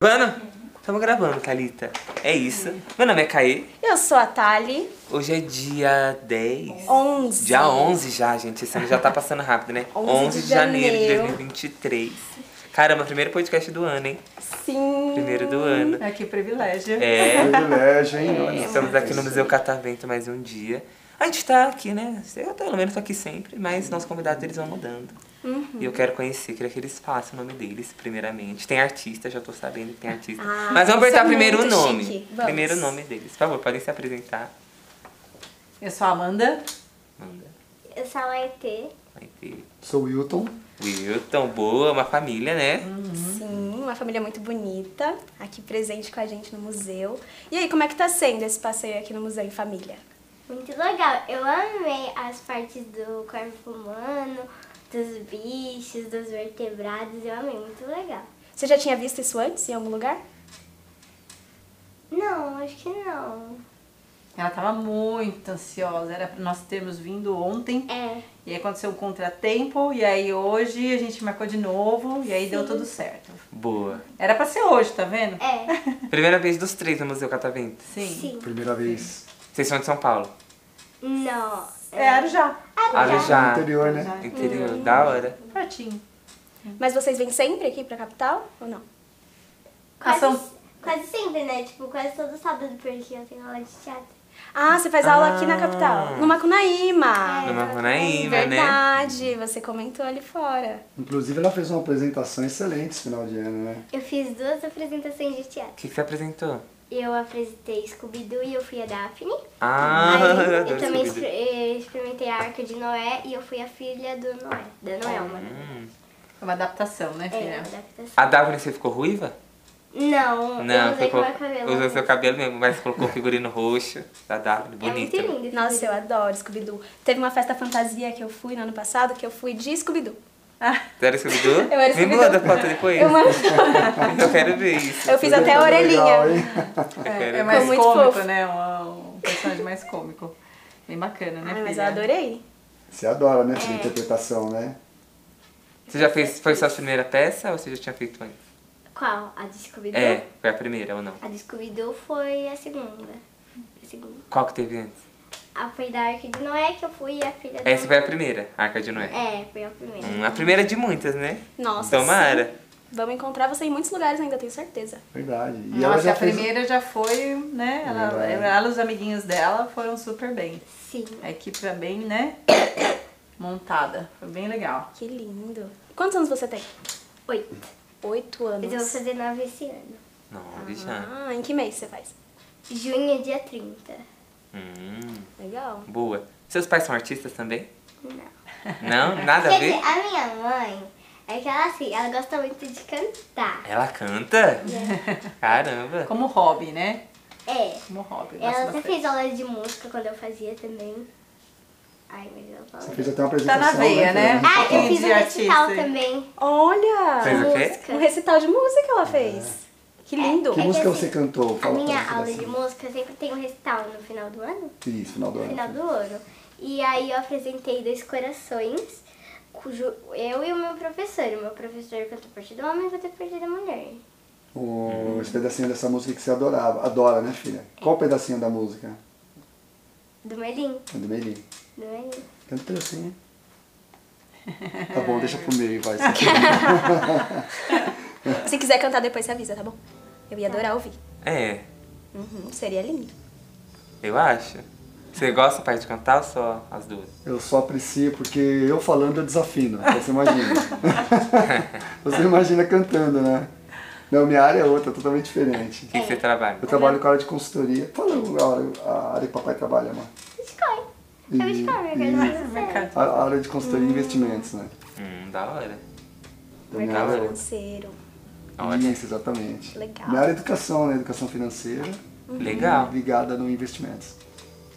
Vana, estamos gravando, Thalita. É isso. Meu nome é Caê. Eu sou a Thali, Hoje é dia 10. 11. Dia 11 já, gente. Esse ano já tá passando rápido, né? 11 de de janeiro. 2023. Caramba, primeiro podcast do ano, hein? Sim. Primeiro do ano. É, que privilégio. É. Privilégio, hein? É, Olha. Estamos aqui no Museu Catavento mais um dia. A gente tá aqui, né? Eu pelo menos tô aqui sempre, mas nossos convidados eles vão mudando. Uhum. E eu quero conhecer, queria que eles façam o nome deles, primeiramente. Tem artista, já tô sabendo que tem artista. Ah, mas vamos isso é apertar primeiro o muito nome. chique. Vamos. Primeiro o nome deles. Por favor, podem se apresentar. Eu sou a Amanda. Manda. Eu sou a Aitê. Vai ter. Sou o Wilton. Wilton, boa, uma família, né? Uhum. Sim, uma família muito bonita, aqui presente com a gente no museu. E aí, como é que tá sendo esse passeio aqui no museu em família? Muito legal. Eu amei as partes do corpo humano, dos bichos, dos vertebrados. Eu amei, muito legal. Você já tinha visto isso antes em algum lugar? Não, acho que não. Ela tava muito ansiosa, era pra nós termos vindo ontem. É. E aí aconteceu um contratempo, e aí hoje a gente marcou de novo, e aí deu tudo certo. Boa. Era pra ser hoje, tá vendo? É. Primeira vez dos três no Museu Catavento. Sim. Sim. Primeira vez. Vocês são de São Paulo. Não. É Arujá, Arujá. Interior, né? Interior, da hora. Hum, pertinho. Mas vocês vêm sempre aqui pra capital ou não? Ah, Quase, são- quase sempre, né? Tipo, quase todo sábado, porque eu tenho aula de teatro. Ah, você faz aula aqui na capital, no Macunaíma. No Macunaíma, né? Hum. Verdade, você comentou ali fora. Inclusive, ela fez uma apresentação excelente esse final de ano, né? Eu fiz duas apresentações de O teatro. que, que você apresentou? Eu apresentei Scooby-Doo e eu fui a Daphne. Ah, Aí, eu eu adoro também Scooby-Doo. exper- experimentei a Arca de Noé e eu fui a filha do Noé, da Noelma. né? Hum, Foi uma adaptação, né, É, filha? uma adaptação. A Daphne, você ficou ruiva? Não, eu usei ficou- com meu cabelo. usou seu cabelo mesmo, mas colocou figurino roxo da Daphne, É muito bonito. lindo. Nossa, eu adoro Scooby-Doo. Teve uma festa fantasia que eu fui no ano passado que eu fui de Scooby-Doo. Ah. Você era Scooby-Doo? Eu era Me Scooby-Doo. manda a foto depois. Eu, mando- Eu quero ver isso. eu fiz até a tá Legal, orelhinha. hein? Eu É, quero é mais Ficou muito cômico, fofo. né? Um, um personagem mais cômico. Bem bacana, né, Ai, filha? Ah, mas eu adorei. Você adora, né? Essa interpretação, né? Você já fez, foi sua primeira peça ou você já tinha feito antes? Qual? A do Scooby-Doo? É, foi a primeira ou não? A do Scooby-Doo foi a segunda. A segunda. Qual que teve antes? A foi da Arca de Noé que eu fui e a filha do Essa foi a primeira, Arca de Noé. É, foi a primeira. Hum, a primeira de muitas, né? Nossa, Tomara. Vamos encontrar você em muitos lugares ainda, tenho certeza. Verdade. E ela Nossa, já a fez... primeira já foi, né? Ela, Verdade. ela e os amiguinhos dela foram super bem. Sim. A equipe é bem, né? Montada. Foi bem legal. Que lindo. Quantos anos você tem? Oito. Oito Mas eu vou anos. fazer nove esse ano. Nove já. Ah, em que mês você faz? Junho, dia 30. Hum, Legal. boa. Seus pais são artistas também? Não. Não? Nada a Quer ver? dizer, a minha mãe é que ela assim, ela gosta muito de cantar. Ela canta? Caramba. Como hobby, né? É. Como hobby. eu gosto Ela até bastante. fez aula de música quando eu fazia também. Ai, mas ela Você falou. fez até uma Tá apresentação. na veia, né? Fernanda? Ah, eu pouquinho fiz de um recital artista, hein? também. Fez Olha! o quê? música. Um recital de música ela fez. Que lindo. Que É que música assim, você cantou? Fala A pra minha gente aula dessa. de música sempre tem um recital no final do ano. Isso, final do No ano. final do ano. E aí eu apresentei Dois Corações, cujo eu e o meu professor. O meu professor cantou parte do homem e cantou parte da mulher. O- Esse pedacinho dessa música que você adorava. Adora, né, filha? Qual o pedacinho da música? Do Melim. É do Melim. Do Melim. Canta um pedacinho. Tá bom, deixa pro meio, vai. Se quiser cantar depois, você avisa, tá bom? Eu ia adorar ouvir. É, Uhum, seria lindo. eu acho. Você gosta, pai, de cantar ou só as duas? Eu só aprecio porque eu falando eu desafino, você imagina. você imagina cantando, né? Não, minha área é outra, totalmente diferente. O É. que, que você trabalha? Eu trabalho com a área de consultoria. Fala a área, a área que papai trabalha, mano. Bitcoin. E- É Bitcoin, meu né? e- quero fazer. Mercado. A a área de consultoria e investimentos, né? Hum, da hora. Então, minha área é outra. Financeiro. Olha, Isso, exatamente. Legal. Uhum. Minha área é educação, né? Educação financeira. legal. Ligada no investimentos.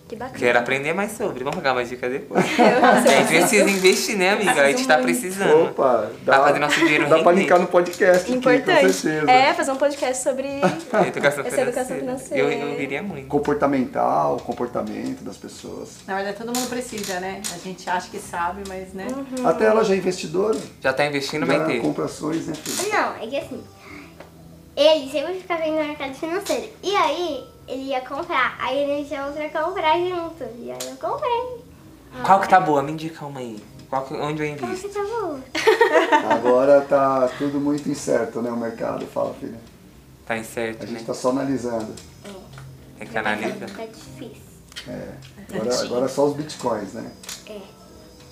Que bacana. Quero aprender mais sobre. Vamos pegar mais dicas depois. Eu- a gente precisa investir, né, amiga? A gente tá precisando. Opa, Pra fazer nosso dinheiro dá pra render. linkar no podcast aqui, com Importante. certeza. É, fazer um podcast sobre Educação essa é financeira. educação financeira. Eu, eu viria muito. Comportamental, comportamento das pessoas. Na verdade, todo mundo precisa, né? A gente acha que sabe, mas, né? Até ela já é investidora, Já tá investindo, vai já ter. compra ações, né, filho? Não, é que assim, ele sempre ficava indo no mercado financeiro. E aí, ele ia comprar. Aí ele me chamou pra comprar junto. E aí eu comprei. Qual que tá boa? Me indica uma aí. Qual que- onde eu Como invisto? que tá bom? Agora tá tudo muito incerto, né, o mercado. Fala, filha. Tá A incerto, né? gente tá só analisando. Tem que analisar. Tá difícil. É. Agora, agora é só os bitcoins, né? É.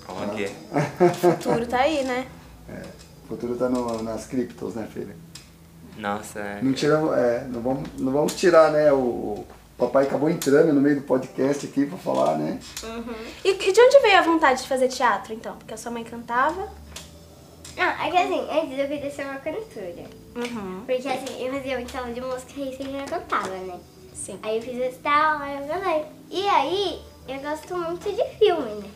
Olha. futuro, tá aí, né? O futuro tá no- nas criptos, né, filha? Nossa. é. Não tiramos, é, não vamos, não vamos tirar, né? O, o papai acabou entrando no meio do podcast aqui pra falar, né? E, e de onde veio a vontade de fazer teatro, então? Porque a sua mãe cantava. Não, é que assim, antes eu queria ser uma cantora. Uhum. Porque assim, eu fazia muita aula de música e sempre eu cantava, né? Sim. Aí eu fiz recital, aí eu cantei. E aí, eu gosto muito de filme, né?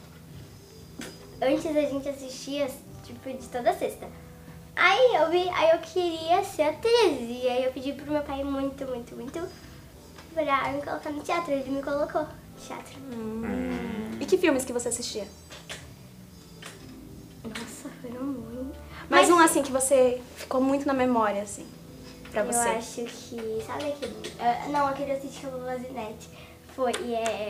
Antes a gente assistia, tipo, de toda sexta. Aí eu vi, aí eu queria ser atriz. E aí eu pedi pro meu pai muito, muito, muito pra me colocar no teatro. Ele me colocou no teatro. E que filmes que você assistia? Nossa, foram muito. Mas, um assim que você ficou muito na memória, assim, pra eu você. acho que. Sabe aquele. ah, não, aquele eu assisti com a Zinete. Foi. E é.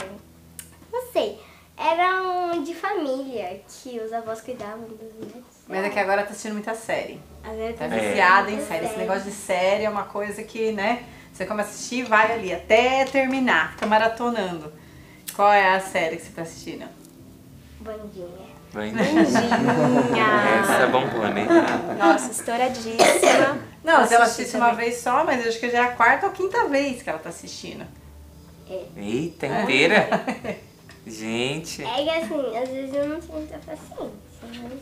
Não sei. Era um de família que os avós cuidavam dos netos. Mas é que agora tá assistindo muita série. A verdade Tá é viciada em série. Esse negócio de série é uma coisa que, né? Você começa a assistir e vai ali até terminar. Fica maratonando. Qual é a série que você tá assistindo? bandinha. Vai. Tadinha. Essa bombou, né? Nossa, estouradíssima. Não, mas ela Assisti assiste uma também. vez só, mas eu acho que já é a quarta ou quinta vez que ela tá assistindo. Eita, inteira. Gente. É que assim, às vezes eu não tenho muita paciência, né? mas.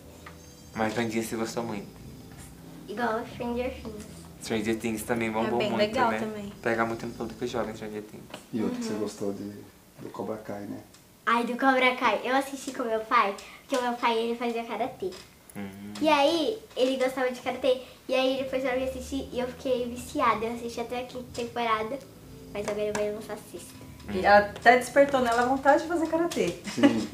Mas Vandinha se gostou muito. Igual Stranger Things. Stranger Things também bombou bem muito, legal né? também. Pega muito no público jovem Stranger Things. E outro que você gostou de, do Cobra Kai, né? Ai, do Cobra Kai. Eu assisti com meu pai, porque o meu pai ele fazia karatê. E aí, ele gostava de karatê. E aí, ele foi pra me assistir e eu fiquei viciada. Eu assisti até a quinta temporada, mas agora eu vou lançar a sexta. E ela até despertou nela a vontade de fazer karatê. Sim.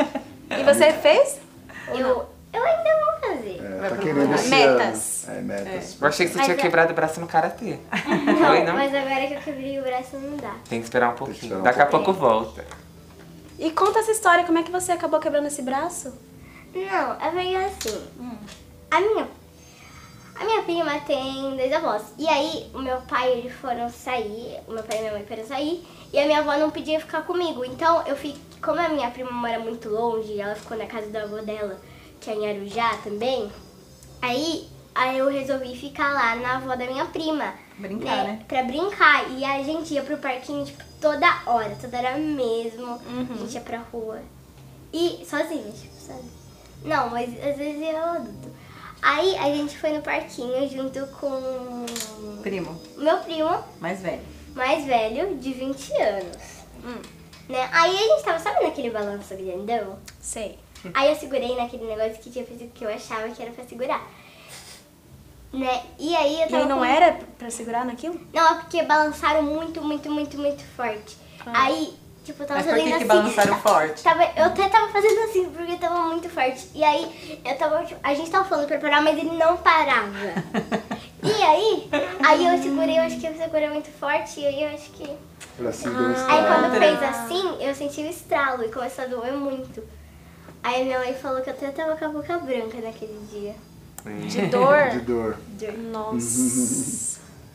E você fez? Eu, eu ainda vou fazer. É, Vai tá procurar. querendo esse Metas. ano. É, metas. Eu achei que você Mas tinha é- quebrado o braço no karatê. Foi, Não, não? mas agora que eu quebrei o braço, não dá. Tem que esperar um que pouquinho. esperar um Daqui a pouco volta. E conta essa história, como é que você acabou quebrando esse braço? Não, é porque assim, Hum. a minha, a minha prima tem dois avós. E aí, o meu pai, eles foram sair, o meu pai e minha mãe foram sair, e a minha avó não podia ficar comigo. Então, eu fiquei, como a minha prima mora muito longe, e ela ficou na casa da avó dela, que é em Arujá também, aí, aí eu resolvi ficar lá na avó da minha prima. Brincar, né? Pra brincar. E a gente ia pro parquinho, tipo, toda hora, toda hora mesmo. Uhum. A gente ia pra rua. E sozinha, tipo, sozinha. Não, mas às vezes eu adulto. Aí a gente foi no parquinho junto com Primo, meu primo mais velho. mais velho, de 20 anos. Hum. Né? Aí a gente tava, sabe naquele balanço grandão? Sei. Aí eu segurei naquele negócio que tinha feito que eu achava que era pra segurar. Né? E aí eu E tava. aí não é com- era pra segurar naquilo? Não, é porque balançaram muito, muito, muito, muito forte. Aí, tipo, eu tava Ah. Mas por que fazendo que assim. balançaram forte? Tava, eu até tava fazendo assim porque tava muito forte. E aí, eu tava, tipo, a gente tava falando pra parar, mas ele não parava. e aí, aí eu segurei, eu acho que eu segurei muito forte, e aí eu acho que. Pra se demonstrar. Aí quando Ah. fez assim, eu senti o estralo e começou a doer muito. Aí minha mãe falou que eu até tava com a boca branca naquele dia. Hum. De De dor? dor. Nossa.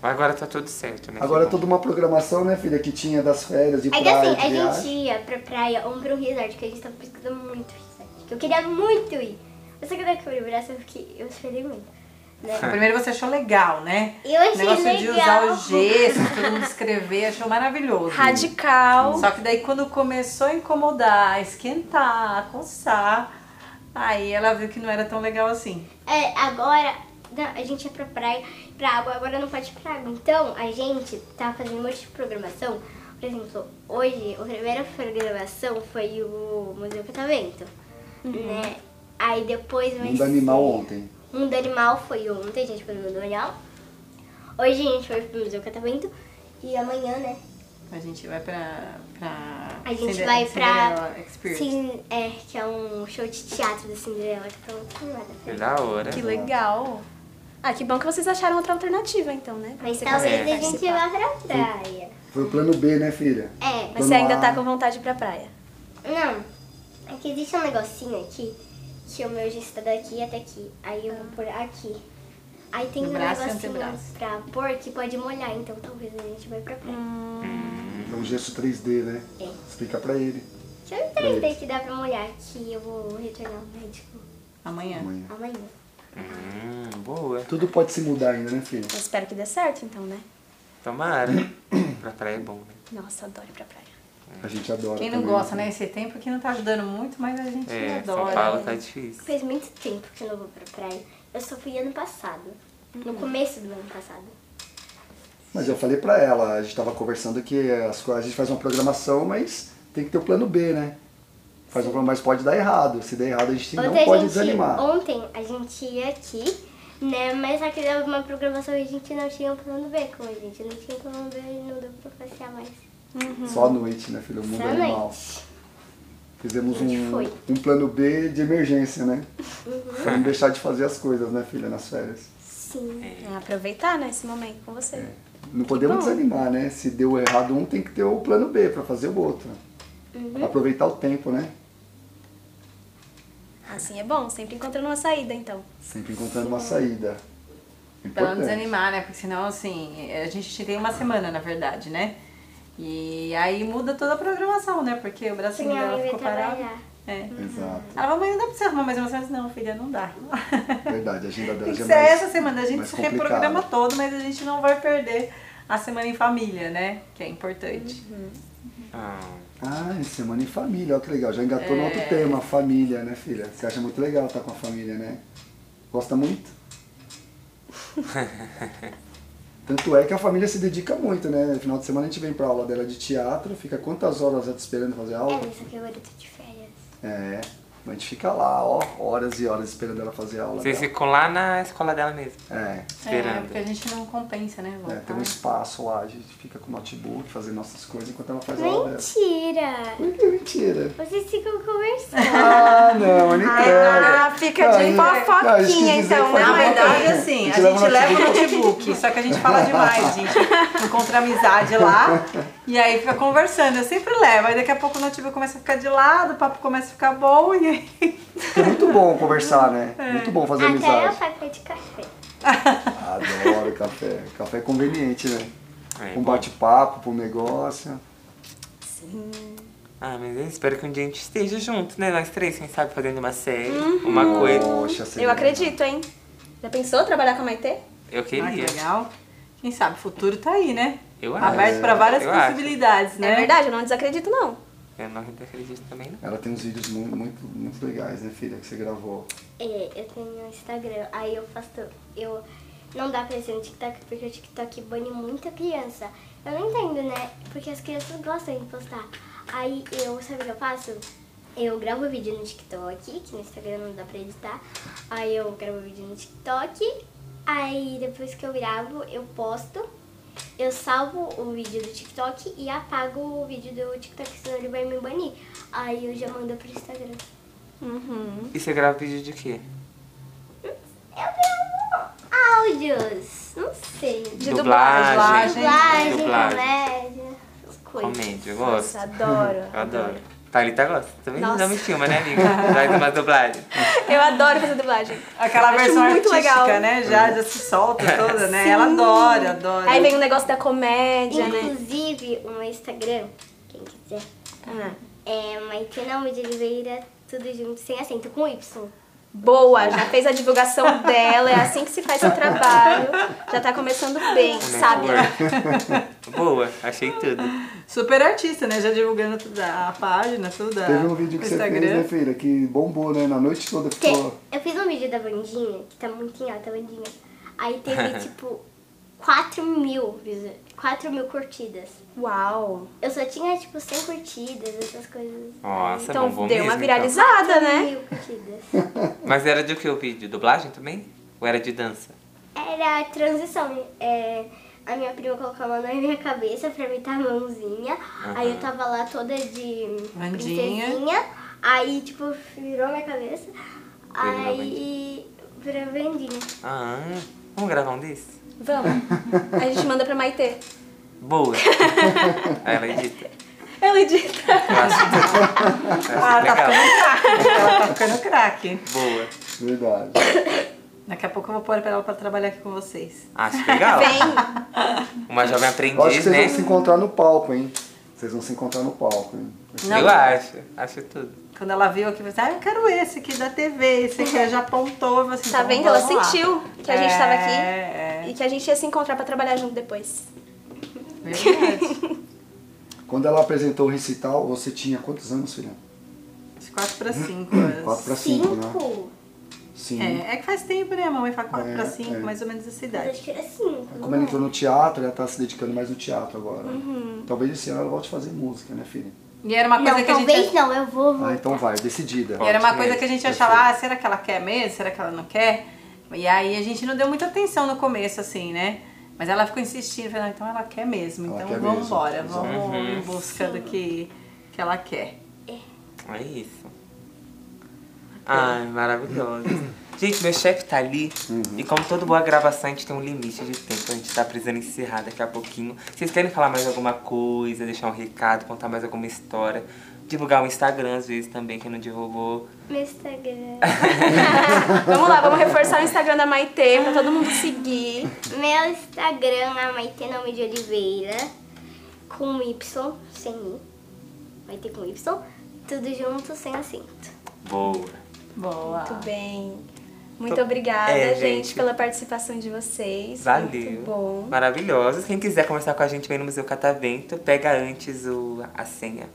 Mas agora tá tudo certo, né? Agora é Que bom. toda uma programação, né, filha, que tinha das férias, de É que praia, de assim, a gente viagem. ia pra praia ou pra um resort, que a gente tava pesquisando muito resort. Que eu queria muito ir. Eu só que eu quebrei o braço, eu fiquei. Eu chorei muito. Né? É. Primeiro você achou legal, né? Eu achei o negócio de usar o legal. gesso, todo mundo escrever, achou maravilhoso. Radical. Só que daí quando começou a incomodar, a esquentar, a coçar, aí ela viu que não era tão legal assim. É, agora não, a gente ia pra tá praia, pra água, agora não pode ir pra água. Então a gente tava fazendo um monte de programação Por exemplo, hoje, a primeira programação foi o Museu Catavento, Uhum. né? Aí depois vai Mundo Animal ser- ontem. Mundo Animal foi ontem, a gente foi pro Mundo Animal. Hoje a gente foi pro Museu Catavento. E amanhã, né? A gente vai pra. pra A gente Cinde- vai pra- Cinderella Experience. Sim, é, que é um show de teatro da Cinderela, que tá muito animada. Da hora. Que legal. Ah, que bom que vocês acharam outra alternativa, então, né? pra Mas você talvez consegue a gente participar. vá pra praia. Foi o plano B, né, filha? É, Mas você ainda Vamos lá. tá com vontade pra praia. não. É que existe um negocinho aqui, que o meu gesto está daqui até aqui. Aí eu vou por aqui. Aí tem No um braço e negocinho antebraço. pra pôr que pode molhar, então talvez a gente vai pra praia. Uhum. É um gesto 3D, né? É. Explica pra ele Deixa eu entender que dá pra molhar, que eu vou retornar ao médico Amanhã. amanhã. amanhã. Hum, boa. Tudo pode se mudar ainda, né, filha? Eu espero que dê certo, então, né? Tomara. pra praia é bom, né? Nossa, adoro ir pra praia. A gente adora Quem não também, gosta, né? Esse tempo que não tá ajudando muito, mas a gente É, adora. São Paulo né? tá difícil. Faz muito tempo que eu não vou pra praia. Eu só fui ano passado. No começo do ano passado. Mas eu falei pra ela, a gente tava conversando que as coisas, a gente faz uma programação, mas tem que ter o plano B, né? Faz um plano, mas pode dar errado. Se der errado, a gente não Ontem a pode gente- desanimar. Ontem a gente ia aqui, né? Mas só que dava uma programação e a gente não tinha um plano B com a gente. Não tinha um plano B e não deu pra passear mais. Uhum. Só à noite, né, filho? O mundo Só à animal. noite. Fizemos A gente um, foi. um plano B de emergência, né? Uhum. Pra não deixar de fazer as coisas, né, filha, nas férias. Sim. É, aproveitar, né, esse momento com você. É. Não podemos bom. desanimar, né? Se deu errado um, tem que ter o plano B pra fazer o outro. Uhum. Aproveitar o tempo, né? Assim é bom, sempre encontrando uma saída, então. Sempre encontrando uma saída. Pra não Importante. desanimar, né? Porque senão, assim, a gente tem uma semana, na verdade, né? E aí muda toda a programação, né? Porque o bracinho Minha dela mãe ficou vai parado. trabalhar. É. Exato. Ela falou, mãe, não dá pra você arrumar mais uma série. Não, filha, não dá. Verdade, a agenda dela Tem já que é ser mais- essa semana. A gente mais se complicada. reprograma todo, mas a gente não vai perder a semana em família, né? Que é importante. Ah, Ah, é semana em família, olha que legal. Já engatou no outro tema, família, né, filha? Você acha muito legal estar com a família, né? Gosta muito? Tanto é que a família se dedica muito, né? No final de semana a gente vem pra aula dela de teatro, fica quantas horas ela te esperando fazer É, aula? mas só que agora eu tô de férias. É. A gente fica lá, ó, horas e horas esperando ela fazer aula. vocês dela. ficam lá na escola dela mesmo, É. É, esperando. porque a gente não compensa, né? É, Voltar. tem um espaço lá, a gente fica com o notebook, fazendo nossas coisas enquanto ela faz a aula dela. Mentira! Por que mentira? Vocês ficam conversando. Ah, não, não Ah, É. fica de fofoquinha, então, né? Na Não, é verdade, assim, a gente leva o notebook, só que a gente fala demais, gente. Encontra amizade lá e aí fica conversando. Eu sempre levo, aí daqui a pouco o notebook começa a ficar de lado, o papo começa a ficar bom e aí. É muito bom conversar, né? É. Muito bom fazer Até a amizade. faca de café. Adoro café. Café é conveniente, né? É, Um bom. bate-papo pro negócio. Ah, mas eu espero que um dia a gente esteja junto, né? Nós três, quem sabe, fazendo uma série, Uhum. uma coisa. Poxa, seria- Eu acredito, hein? Já pensou trabalhar com a Maitê? Eu Ah, que queria. legal. Quem sabe, o futuro tá aí, né? Eu acho. Aberto pra várias Eu acho. possibilidades, né? É verdade, eu não desacredito, não. Eu não acredito também, não. Ela tem uns vídeos mu- muito, muito, legais, né, filha, que você gravou. É, eu tenho um Instagram, aí eu faço. Eu não dá pra ser no TikTok porque o TikTok bane muita criança. Eu não entendo, né? Porque as crianças gostam de postar. Aí eu, sabe o que eu faço? Eu gravo vídeo no TikTok, que no Instagram não dá pra editar. Aí eu gravo vídeo no TikTok. Aí depois que eu gravo, eu posto. Eu salvo o vídeo do TikTok e apago o vídeo do TikTok, senão ele vai me banir. Aí eu já mando pro Instagram. Uhum. E você grava vídeo de quê? Eu gravo áudios, não sei. De Dublagem. Dublagem, né? Dublagem. comédia, essas coisas. Comédia, né? eu Nossa, gosto. adoro. Eu adoro. Thalita gosta. Também Nossa. não me filma, né, amiga? Faz uma dublagem. Eu adoro fazer dublagem. Aquela Acho versão muito artística, legal. né? Já, já se solta toda, né? Ela adora, adora. Aí vem o negócio da comédia, né? Inclusive, o meu Instagram, quem quiser, Uhum. Ah, é Maitenalma de Oliveira, tudo junto, sem acento, com Y. Boa, já fez a divulgação dela, é assim que se faz seu trabalho. Já tá começando bem, sabe? network. Boa, achei tudo. Super artista, né? Já divulgando toda a página, tudo. a- Teve um vídeo que o você Ah, Instagram. fez, né, filha, que bombou, né? Na noite toda Tem- ficou. Eu fiz um vídeo da Bandinha, que tá muito em alta, a Bandinha. Aí teve, tipo, 4 mil visu- 4 mil curtidas. Uau. Eu só tinha, tipo, 100 curtidas, essas coisas. Nossa, então bombou deu mesmo, uma então. viralizada, né? mil curtidas. Mas era de o que o vídeo? Dublagem também? Ou era de dança? Era a transição. é, a minha prima colocou a mão na minha cabeça pra imitar a mãozinha. Aí eu tava lá toda de Vandinha. princesinha. Aí, tipo, virou minha cabeça. virar Aí virou Vandinha. Ah, vamos gravar um desse? Vamos. Aí a gente manda pra Maitê. Boa! Aí ela edita. Ela edita. Eu acho que eu Ah, acho tá legal. ficando craque. Ela tá ficando craque. Boa. Verdade. Daqui a pouco eu vou pôr ela pra trabalhar aqui com vocês. Acho Ah, legal. Vem. Uma jovem Eu acho que aprendiz, vocês né? vão se encontrar no palco, hein? Vocês vão se encontrar no palco, hein? Não. Eu acho. Acho tudo. Quando ela viu aqui, falou assim, ah, eu quero esse aqui da TV, esse aqui, ela já apontou. eu falei Assim, Tá então vendo? Ela vamos lá. sentiu que a gente tava aqui. É, E que a gente ia se encontrar pra trabalhar junto depois. é verdade. Quando ela apresentou o recital, você tinha quantos anos, filha? De 4 pra 5 anos. 4 para 5, né? Cinco? Sim. É, é que faz tempo, né? Mamãe faz 4 É, pra 5, é. mais ou menos essa Mas idade. Acho que era cinco. Como ela entrou no teatro, ela tá se dedicando mais no teatro agora. Talvez esse ano ela volte a fazer música, né, filha? E era uma coisa Não, que a gente... talvez não, eu vou. Ah, então vai, decidida. E era uma Ótimo, coisa é. que a gente achava, ah, será que ela quer mesmo? Será que ela não quer? E aí a gente não deu muita atenção no começo, assim, né? Mas ela ficou insistindo, falando, "Ah, então ela quer mesmo, Ela então quer vamos mesmo. embora, Exato. vamos Uhum. em busca do que, que ela quer. É isso. Ai, maravilhoso. Gente, meu chefe tá ali. Uhum. E como toda boa gravação, a gente tem um limite de tempo. A gente tá precisando encerrar daqui a pouquinho. Vocês querem falar mais alguma coisa, deixar um recado, contar mais alguma história? Divulgar o Instagram, às vezes, também, que não divulgou. Meu Instagram. vamos lá, vamos reforçar o Instagram da Maitê pra todo mundo seguir. Meu Instagram é Maite Nome de Oliveira, com Y, sem I. Maite com Y, tudo junto, sem acento. Boa. Boa. Muito bem. Muito obrigada, É, gente, gente. pela participação de vocês. Valeu. Muito bom. Maravilhosos. Quem quiser conversar com a gente, vem no Museu Catavento. Pega antes o, a senha.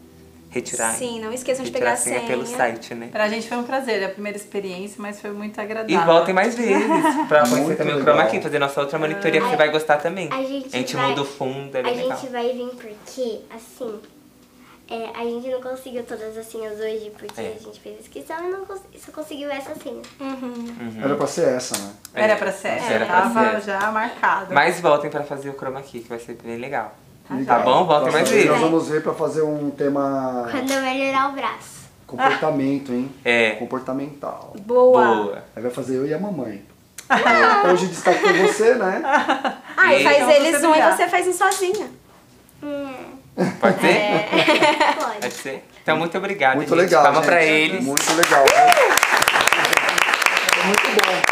Retirar. Sim, não esqueçam de Retirar pegar a senha pelo site, né? Pra gente foi um prazer, é a primeira experiência, mas foi muito E agradável. voltem mais vezes pra conhecer Muito também o legal. Chroma Key, fazer nossa outra monitoria que você vai gostar também. A gente vai- muda o fundo, é A bem legal. gente vai vir porque, assim, é, a gente não conseguiu todas as senhas hoje, porque É. a gente fez inscrição e não cons- só conseguiu essa senha. É. Uhum. Era pra ser essa, né? Era pra ser, É, essa, era pra tava ser essa. já marcado. Mas voltem pra fazer o Chroma Key, que vai ser bem legal. Legal. Tá bom, volta Próxima mais vez vezes. Nós vamos ver pra fazer um tema Quando eu melhorar o braço. comportamento, hein? É. Comportamental. Boa. Aí vai fazer eu e a mamãe. Hoje o destaque foi você, né? Ah, e E- faz Então eles você um e brilhar. você faz um sozinha. Pode ser? Pode. Pode ser? Então, muito obrigado. Muito gente. legal. Palma pra gente. eles. Muito legal. né? Foi muito bom.